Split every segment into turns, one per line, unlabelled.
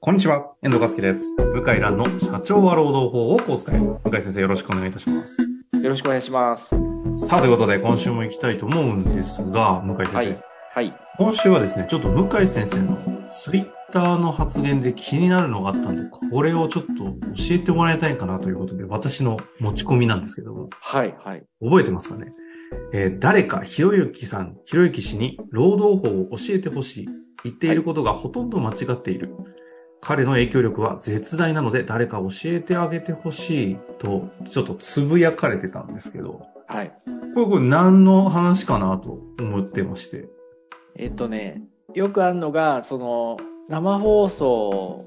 こんにちは、遠藤和樹です。向井蘭の社長は労働法をこう使え。向井先生よろしくお願いいたします。
よろしくお願いします。
さあ、ということで今週も行きたいと思うんですが、向井先生、
はい。はい。
今週はですね、ちょっと向井先生のツイッターの発言で気になるのがあったんで、これをちょっと教えてもらいたいかなということで、私の持ち込みなんですけども、
はい。はい。
覚えてますかねえー誰か、ひろゆきさん、ひろゆき氏に労働法を教えてほしい。言っていることがほとんど間違っている。彼の影響力は絶大なので、誰か教えてあげてほしいと、ちょっとつぶやかれてたんですけど、
はい。
これ、これ何の話かなと思ってまして。
えっとね、よくあるのが、その、生放送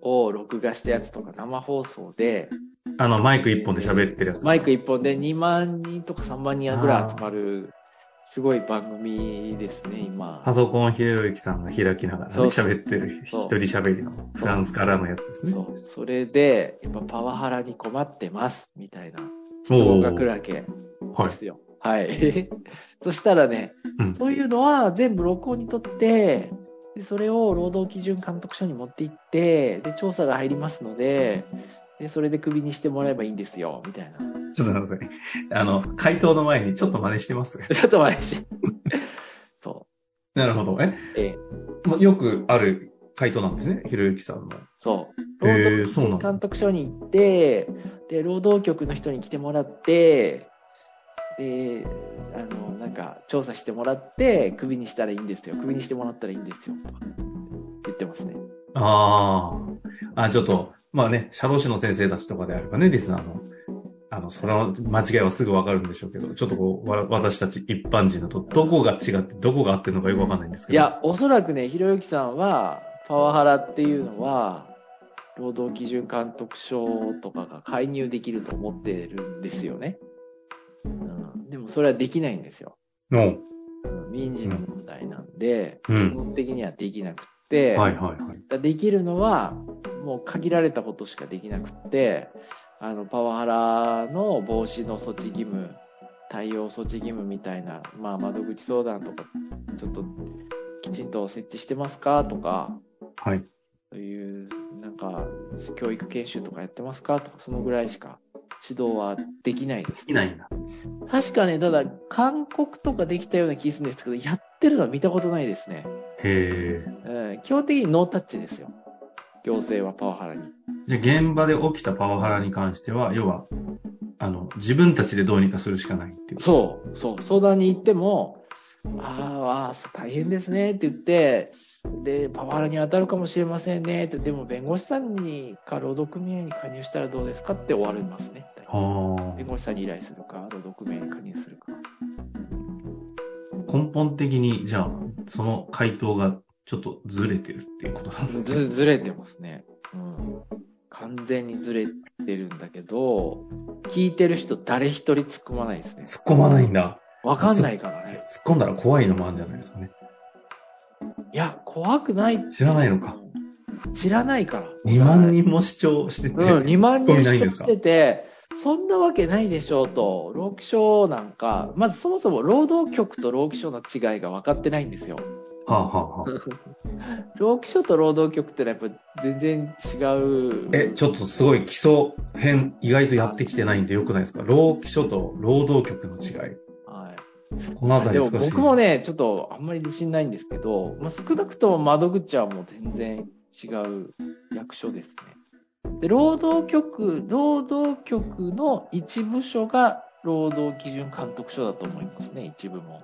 を録画したやつとか、生放送で、
あの、マイク一本で喋ってるやつ。
マイク一本で2万人とか3万人ぐらい集まる、すごい番組ですね、今。
パソコンひろゆきさんが開きながらね
そうそう
喋ってる、一
そう
人喋りのフランスからのやつですね。
そう。それで、やっぱパワハラに困ってます、みたいな質
お
問
お
が来るわけ
は
で
い。
すよ。はい。 そしたらね、
うん
そういうのは全部録音にとって、でそれを労働基準監督署に持って行って、で、調査が入りますので、でそれでクビにしてもらえばいいんですよ、みたいな。
ちょっと待ってください。あの、回答の前にちょっと真似してます。
ちょっと待ってし。そ
なるほど。え
う。ええ
もうよくある回答なんですね。ひろゆきさんの。
そう。
へえ
労働基
そうなん
準
だ
監督署に行って、で、労働局の人に来てもらって、で、あの、なんか、調査してもらって、クビにしたらいいんですよ。クビにしてもらったらいいんですよ。とか言ってますね。
ああ。あ、ちょっと、まあね、社労士の先生たちとかであればね、リスナーの。あの、その間違いはすぐわかるんでしょうけど、ちょっとこう、わ私たち一般人だと、どこが違って、どこが合ってるのかよくわかんないんですけ
い
ど。
や、おそらくね、ひろゆきさんは、パワハラっていうのは、労働基準監督署とかが介入できると思ってるんですよね。うん、でもそれはできないんですよ。
の。
うん民事の問題なんで、
うん
基本的にはできなくって、
はいはいはい。
だできるのは、もう限られたことしかできなくって、あの、パワハラの防止の措置義務、対応措置義務みたいな、まあ、窓口相談とか、ちょっと、きちんと設置してますかとか、
はい。
そういう、なんか、教育研修とかやってますかとか、そのぐらいしか指導はできないです。
できないんだ。
確かね、ただ、韓国とかできたような気がするんですけど、やってるのは見たことないですね。
へえ。
うん、基本的にノータッチですよ。行政はパワハラに。
じゃあ現場で起きたパワハラに関しては、要は、あの、自分たちでどうにかするしかないっていう。
そう、そう、相談に行っても、あーあー、大変ですねって言って、で、パワハラに当たるかもしれませんねって、でも弁護士さんにか労働組合に加入したらどうですかって終わりますね。
は
弁護士さんに依頼するか、労働組合に加入するか。
あ。根本的に、じゃあ、その回答がちょっとずれてるっていうことなんですね。
ず、ずれてますね。うん。完全にずれてるんだけど、聞いてる人誰一人突っ込まないですね。
突っ込まないんだ。
わかんないからね。
突っ込んだら怖いのもあるんじゃないですかね。
いや、怖くないって
知らないのか。
知らないから。
2万人も視聴してて。
うん、2万
興
人
味ないん
視
で
聴
すか
してて、そんなわけないでしょうと、労基署なんか、まずそもそも労働局と労基署の違いが分かってないんですよ。
はあ、はあはあ、
労基署と労働局ってのはやっぱ全然違う。
え、ちょっとすごい基礎編、意外とやってきてないんでよくないですか労基署と労働局の違い。
はい
このあたり
で
少
も
し。
僕もね、ちょっとあんまり自信ないんですけど、まあ、少なくとも窓口はもう全然違う役所ですね。で、労働局、労働局の一部署が労働基準監督署だと思いますね、一部も。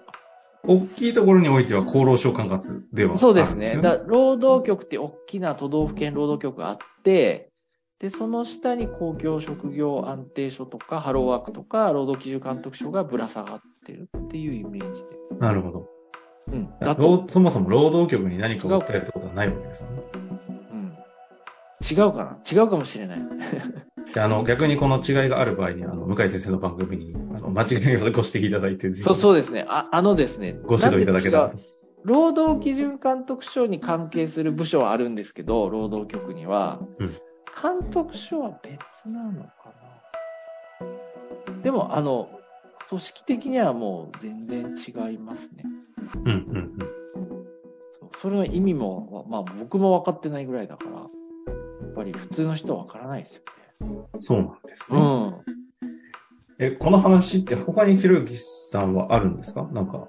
大きいところにおいては厚労省管轄ではあるん
そうですね。
よ
だ労働局って大きな都道府県労働局があって、で、その下に公共職業安定所とか、ハローワークとか、労働基準監督署がぶら下がってるっていうイメージで。
なるほど。
うん。
だ
だと、
労そもそも労働局に何かを訴えるってことはないわけですね。
うん。違うかな違うかもしれない。
であの、逆にこの違いがある場合に、あの、向井先生の番組に、あの、間違いをご指摘いただいて、ぜひ
そう、そうですね。あ、あのですね。
ご指導いただけた
な
ら
んで
と
違う。労働基準監督署に関係する部署はあるんですけど、労働局には。
うん
監督署は別なのかなでも、あの、組織的にはもう全然違いますね。
うん、うん、うん。
そうそれの意味も、まあ僕も分かってないぐらいだから。ぱり普通の人はわからないですよ
そうなんです
ね。
ね。
うん。
え、この話って他にひろゆきさんはあるんですかなんか、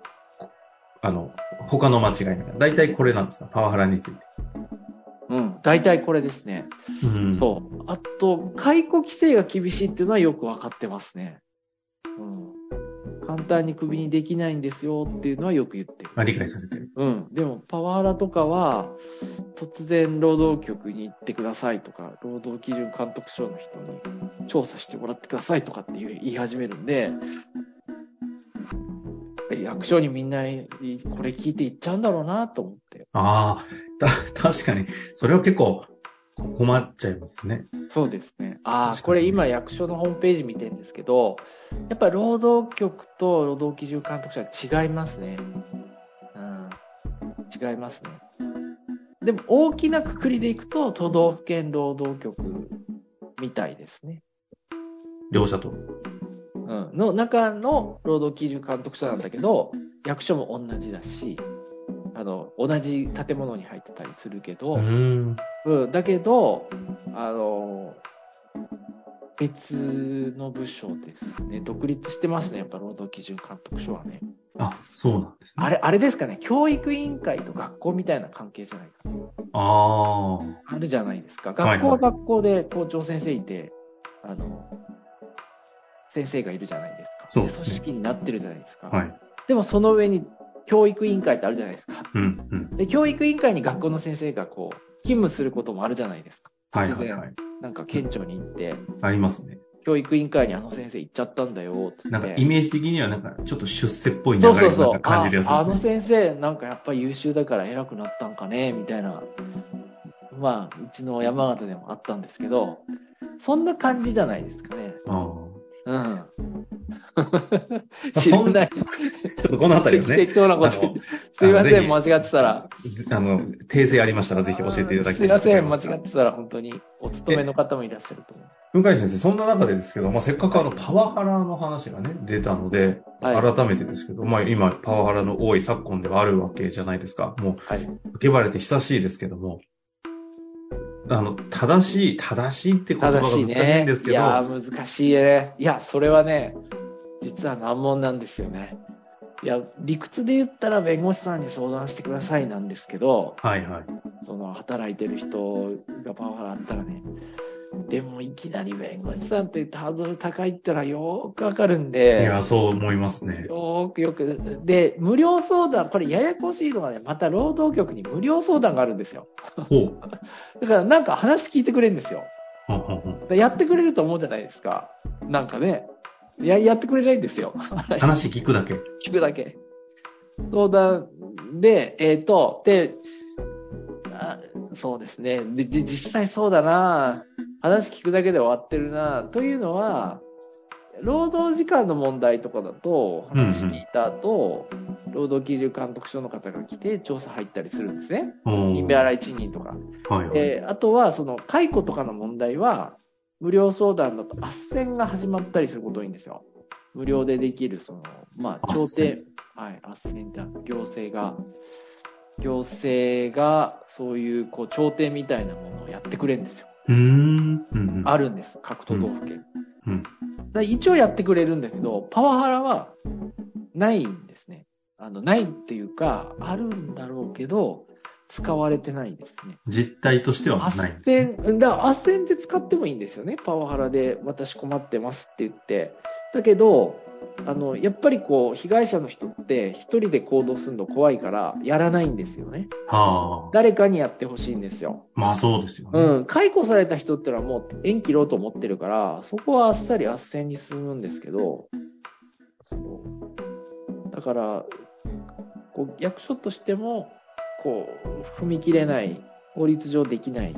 あの、他の間違いなだいたいこれなんですかパワハラについて。
うん。大体これですね。
うん
そう。あと、解雇規制が厳しいっていうのはよくわかってますね。うん。簡単にクビにできないんですよっていうのはよく言ってる。
あ理解されてる。
うん。でも、パワハラとかは、突然労働局に行ってくださいとか、労働基準監督署の人に調査してもらってくださいとかっていう言い始めるんで、役所にみんなこれ聞いて行っちゃうんだろうなと思って。
ああ、た、確かに。それは結構困っちゃいますね。
そうですね。
確か
ああ、
に
これ今役所のホームページ見てるんですけど、やっぱ労働局と労働基準監督署は違いますね。うん。違いますね。でも大きなくくりでいくと都道府県労働局みたいですね。
両者と。
うん。の中の労働基準監督署なんだけど、役所も同じだし、あの、同じ建物に入ってたりするけど、
うん。
うん、だけど、あの、別の部署ですね。独立してますね。やっぱ労働基準監督署はね。
あ、そうなんですね。
あれ、あれですかね。教育委員会と学校みたいな関係じゃないかな。
ああ。
あるじゃないですか。
はいはい
学校は学校で校長先生いて、あの、先生がいるじゃないですか。
そうですね
組織になってるじゃないですか。
はい。
でもその上に教育委員会ってあるじゃないですか。
うん、うん。
で、教育委員会に学校の先生がこう、勤務することもあるじゃないですか。
はい、はい、はい。
なんか県庁に行って、
ありますね。
教育委員会にあの先生行っちゃったんだよ、つって。
なんかイメージ的にはなんかちょっと出世っぽい流れ
そ
を
うそ
な
うそ
ん
う
か。感じるやつ
ああの
ですね。
先生、なんかやっぱ優秀だから偉くなったんかね、みたいな。まあ、うちの山形でもあったんですけど、そんな感じじゃないですかね。
あー
うん。
あ
知らない。
ちょっとこのあたりをね、
適当なこと言って。すいません、間違ってたら。
あの、訂正ありましたらぜひ教えていただきた
す
いと
いま
思
せん、間
ま
違
す
ってたら本当にお勤めの方もいらっしゃると思う。
向井先生、そんな中でですけど、まあ、せっかくあの、パワハラの話がね、出たので、
はい
改めてですけど、まあ、今、パワハラの多い昨今ではあるわけじゃないですか。も
はい。
う、受けバレて久しいですけども、あの、正しい、正しいって言葉が
正
難し
し
い
い
ん
ね。
ですけ
い
ど、
やー、難しいね。いや、それはね、実は難問なんですよね。いや、理屈で言ったら弁護士さんに相談してくださいなんですけど、
はいはい。
その働いてる人がパワハラあったらね、でもいきなり弁護士さんってハードル高いってのはよーくわかるん
い
で、
や、そう思いますね。
よーくよく。で、無料相談、これややこしいのがね、また労働局に無料相談があるんですよ。
ほう。
だからなんか話聞いてくれるんですよ。
ほうほうほう
でやってくれると思うじゃないですか。なんかね。や、やってくれないんですよ。
話聞くだけ。
聞くだけ。相談で、えっ、と、で、あそうですねで。で実際そうだな話聞くだけで終わってるなというのは、労働時間の問題とかだと、
うんうん
話聞いた後、労働基準監督署の方が来て調査入ったりするんですね。
お
イ
ー
ベアラ一人とか。
はいはい。
えーあとは、その、解雇とかの問題は、無料相談だと、斡旋が始まったりすることが多いんですよ。無料でできる、その、まあ、調停、はい、斡旋って、行政が、行政が、そういう、こう、調停みたいなものをやってくれるんですよ。
うーん。うんうん
あるんです、各都道府県。
うんうん
だから一応やってくれるんだけど、パワハラはないんですね。あの、ないっていうか、あるんだろうけど、使われてないですね。
実態としては
あっ
ないんです、
せ
ね。
ん、だから、あっせんって使ってもいいんですよね。パワハラで私困ってますって言って。だけど、あの、やっぱりこう、被害者の人って一人で行動するの怖いから、やらないんですよね。
はあ。
誰かにやってほしいんですよ。
まあそうですよね。
うん。解雇された人ってのはもう縁切ろうと思ってるから、そこはあっさりあっせんに進むんですけど、そうだから、こう役所としても、こう、踏み切れない、法律上できない、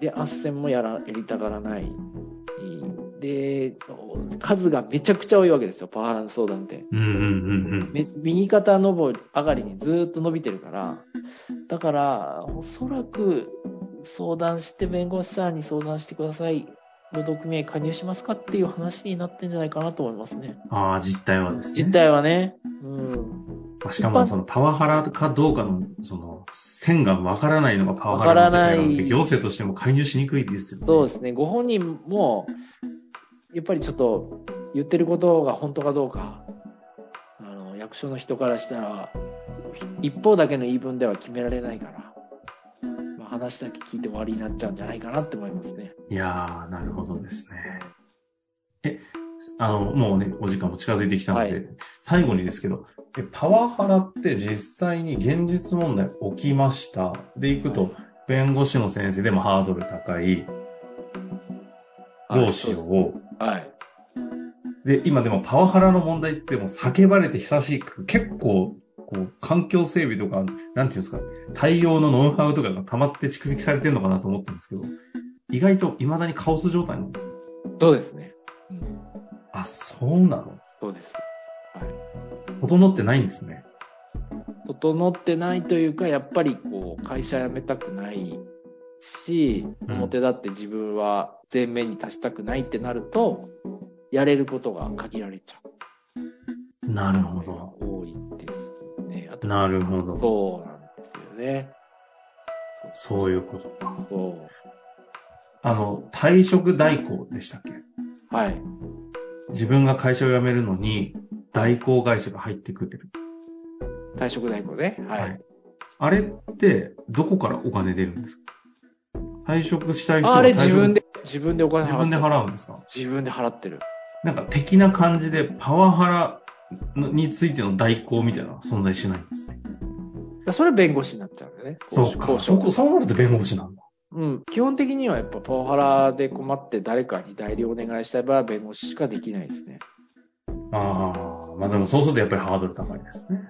で、斡旋もやら、やりたがらない、で、数がめちゃくちゃ多いわけですよ、パワハラの相談って。
うんうんうんうん。
め右肩上がりにずーっと伸びてるから、だから、おそらく相談して弁護士さんに相談してください。労働組合加入しますかっていう話になってんじゃないかなと思いますね。
ああ、実態はですね。
実態はね。うん。
まあしかもそのパワハラかどうかの、その、線がわからないのがパワハ
わ
ラの世
からない
界なので、行政としても介入しにくいですよね。
そうですね、ご本人も、やっぱりちょっと言ってることが本当かどうか、あの役所の人からしたら、ひ一方だけの言い分では決められないから、まあ、話だけ聞いて終わりになっちゃうんじゃないかなって思いますね。
いやー、なるほどですね。え、あの、もうね、お時間も近づいてきたので、
は
最後にですけど、えパワハラって実際に現実問題起きました。で、いくと、
は
弁護士の先生でもハードル高い、どうしよ。
はいうはい。
で、今でもパワハラの問題ってもう叫ばれて久しく、結構、こう、環境整備とか、なんていうんですか、対応のノウハウとかが溜まって蓄積されてるのかなと思ったんですけど、意外と未だにカオス状態なんですよ。
そうですね。
あ、そうなの
そうです。はい。
整ってないんですね。
整ってないというか、やっぱりこう、会社辞めたくないし、
うん
表立って自分は前面に立ちたくないってなると、やれることが限られちゃう。
なるほ
が
ど。
多いですね。あと、
なるほど。
そうなんですよね。
そういうことか。
そ
あの、退職代行でしたっけ
う。はい。
自分が会社を辞めるのに、代行会社が入ってくれる。
退職代行ね。はい。
はいあれって、どこからお金出るんですか退職したい人
あ
は
あれ
退職
自分で、自分でお金
自
払っ
分
てる。
で払うんですか
自分で払ってる。
なんか的な感じでパワハラのについての代行みたいなのは存在しないんですね。
だからそれ弁護士になっちゃうんだよね。
そう
交
か。
渉
そこ、そうなると弁護士なんだ。
うん。基本的にはやっぱパワハラで困って誰かに代理お願いしたい場合は弁護士しかできないですね。
ああ、まあでもそうするとやっぱりハードル高いですね。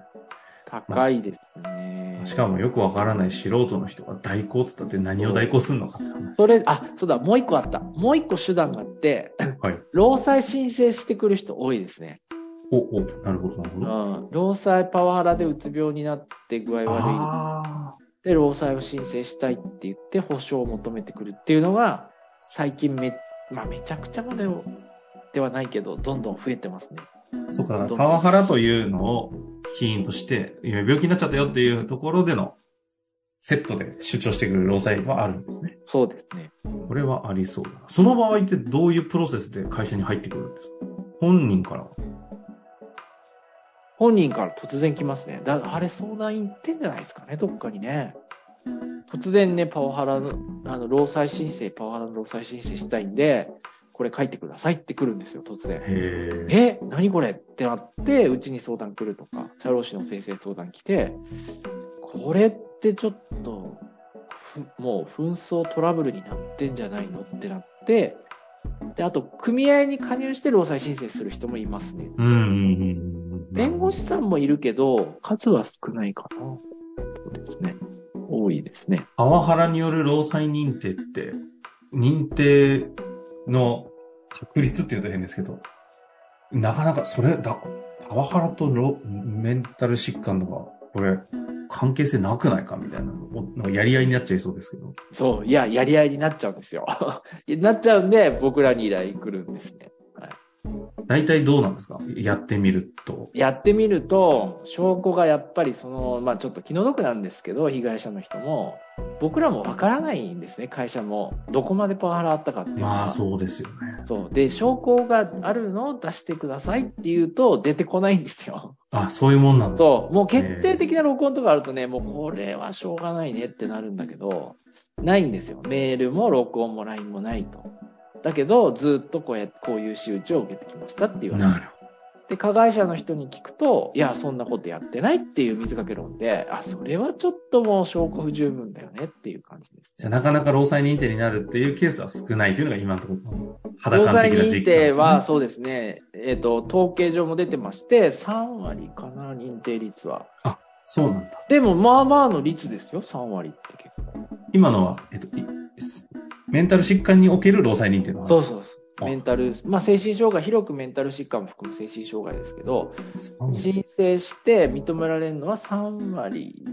高いですね。
しかもよくわからない素人の人が代行っつったって何を代行するのかって話。
それ、あ、そうだ、もう一個あった。もう一個手段があって、
はい。
労災申請してくる人多いですね。
お、お、なるほど、なるほど。
うん、労災パワハラでうつ病になって具合悪
ああ、
いで労災を申請したいって言って保証を求めてくるっていうのが最近め,、まあ、めちゃくちゃまでをではないけどどんどん増えてますね
そうか。だからパワハラというのを起因として、いや病気になっちゃったよっていうところでのセットで主張してくる労災はあるんですね。
そうですね
これはありそうだな。その場合ってどういうプロセスで会社に入ってくるんですか本人からは。
本人から突然来ますねだあれ相談行ってんじゃないですかねどっかにね突然ねパワハラのあの労災申請パワハラの労災申請したいんでこれ書いてくださいって来るんですよ突然
へえ。
え、何これってなって、うちに相談来るとか、社労士の先生相談来て、これってちょっと、ふもう紛争トラブルになってんじゃないのってなって、で、あと、組合に加入して労災申請する人もいますね。
うんうんうんうん。
弁護士さんもいるけど、数は少ないかな。そうですね。多いですね。
パワハラによる労災認定って、認定の確率って言うと変ですけど、なかなかそれだ、パワハラとロメンタル疾患とか、これ、関係性なくないかみたいなの、おなんかやり合いになっちゃいそうですけど。
そう、いや、やり合いになっちゃうんですよ。 なっちゃうんで、僕らに依頼来るんですね。
大体どうなんですかやってみると。
やってみると、証拠がやっぱりその、まあちょっと気の毒なんですけど、被害者の人も、僕らもわからないんですね、会社も。どこまでパワハラあったかっていうのは。
まあそうですよね。
そう。で、証拠があるのを出してくださいって言うと、出てこないんですよ。
あ、そういうもんなんだ。
そう。もう決定的な録音とかあるとね、もうこれはしょうがないねってなるんだけど、ないんですよ。メールも録音も LINE もないと。だけど、ずっとこうやって、こういう仕打ちを受けてきましたって言われて
なるほど。
で、加害者の人に聞くと、いや、そんなことやってないっていう水かけ論で、あ、それはちょっともう証拠不十分だよねっていう感じです。
じゃあなかなか労災認定になるっていうケースは少ないというのが今のところ、
労
肌感
災
的な実感
認定は、そうですね、えっ、と、統計上も出てまして、3割かな、認定率は。
そうなんだ。
でも、まあまあの率ですよ、3割って結
今のは、えっと、いメンタル疾患における労災認定の
構。
話。
そうそう
あ
そう。メンタル、まあ精神障害、広くメンタル疾患も含む精神障害ですけど、申請して認められるのは3割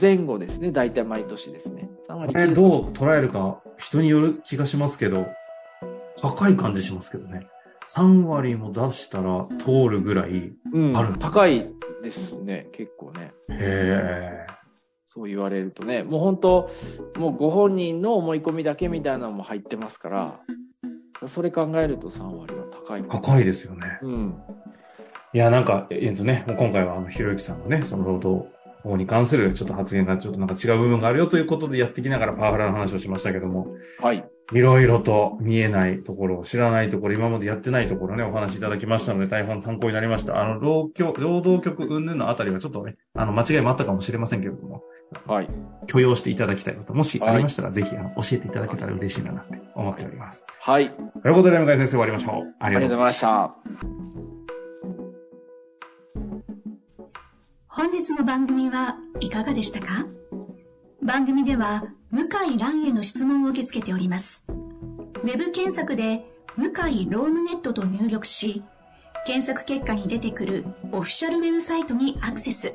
前後ですね、大体毎年ですね。3
こ
割
れどう捉えるか、人による気がしますけど、高い感じしますけどね。3割も出したら通るぐらい、
うん、
ある
高いですね、結構ね。
へ
そう言われるとね、もう本当、もうご本人の思い込みだけみたいなのも入ってますから、それ考えると3割は高い
え。
もん。
高いですよね。
うん。
いや、なんか、ええっとね、もう今回はあの、ひろゆきさんのね、その労働法に関するちょっと発言がちょっとなんか違う部分があるよということでやってきながらパワハラの話をしましたけども、
はい。
いろいろと見えないところ、知らないところ、今までやってないところね、お話いただきましたので、大変参考になりました。あの、労協労働局云々のあたりはちょっとね、あの、間違いもあったかもしれませんけれども、
はい。
許容していただきたいこと、もしありましたら、ぜひ、あの、教えていただけたら嬉しいな、なんて思っております。
はい。
ということで、向井先生終わりましょう。あ
あ
りがとう
りがと
ご
うご
ざ
ざ
い
い
ま
ま
し。
したた。
本日の番組はいかがでしたか番組では向井蘭への質問を受け付けておりますウェブ検索で「向井ロームネット」と入力し検索結果に出てくるオフィシャルウェブサイトにアクセス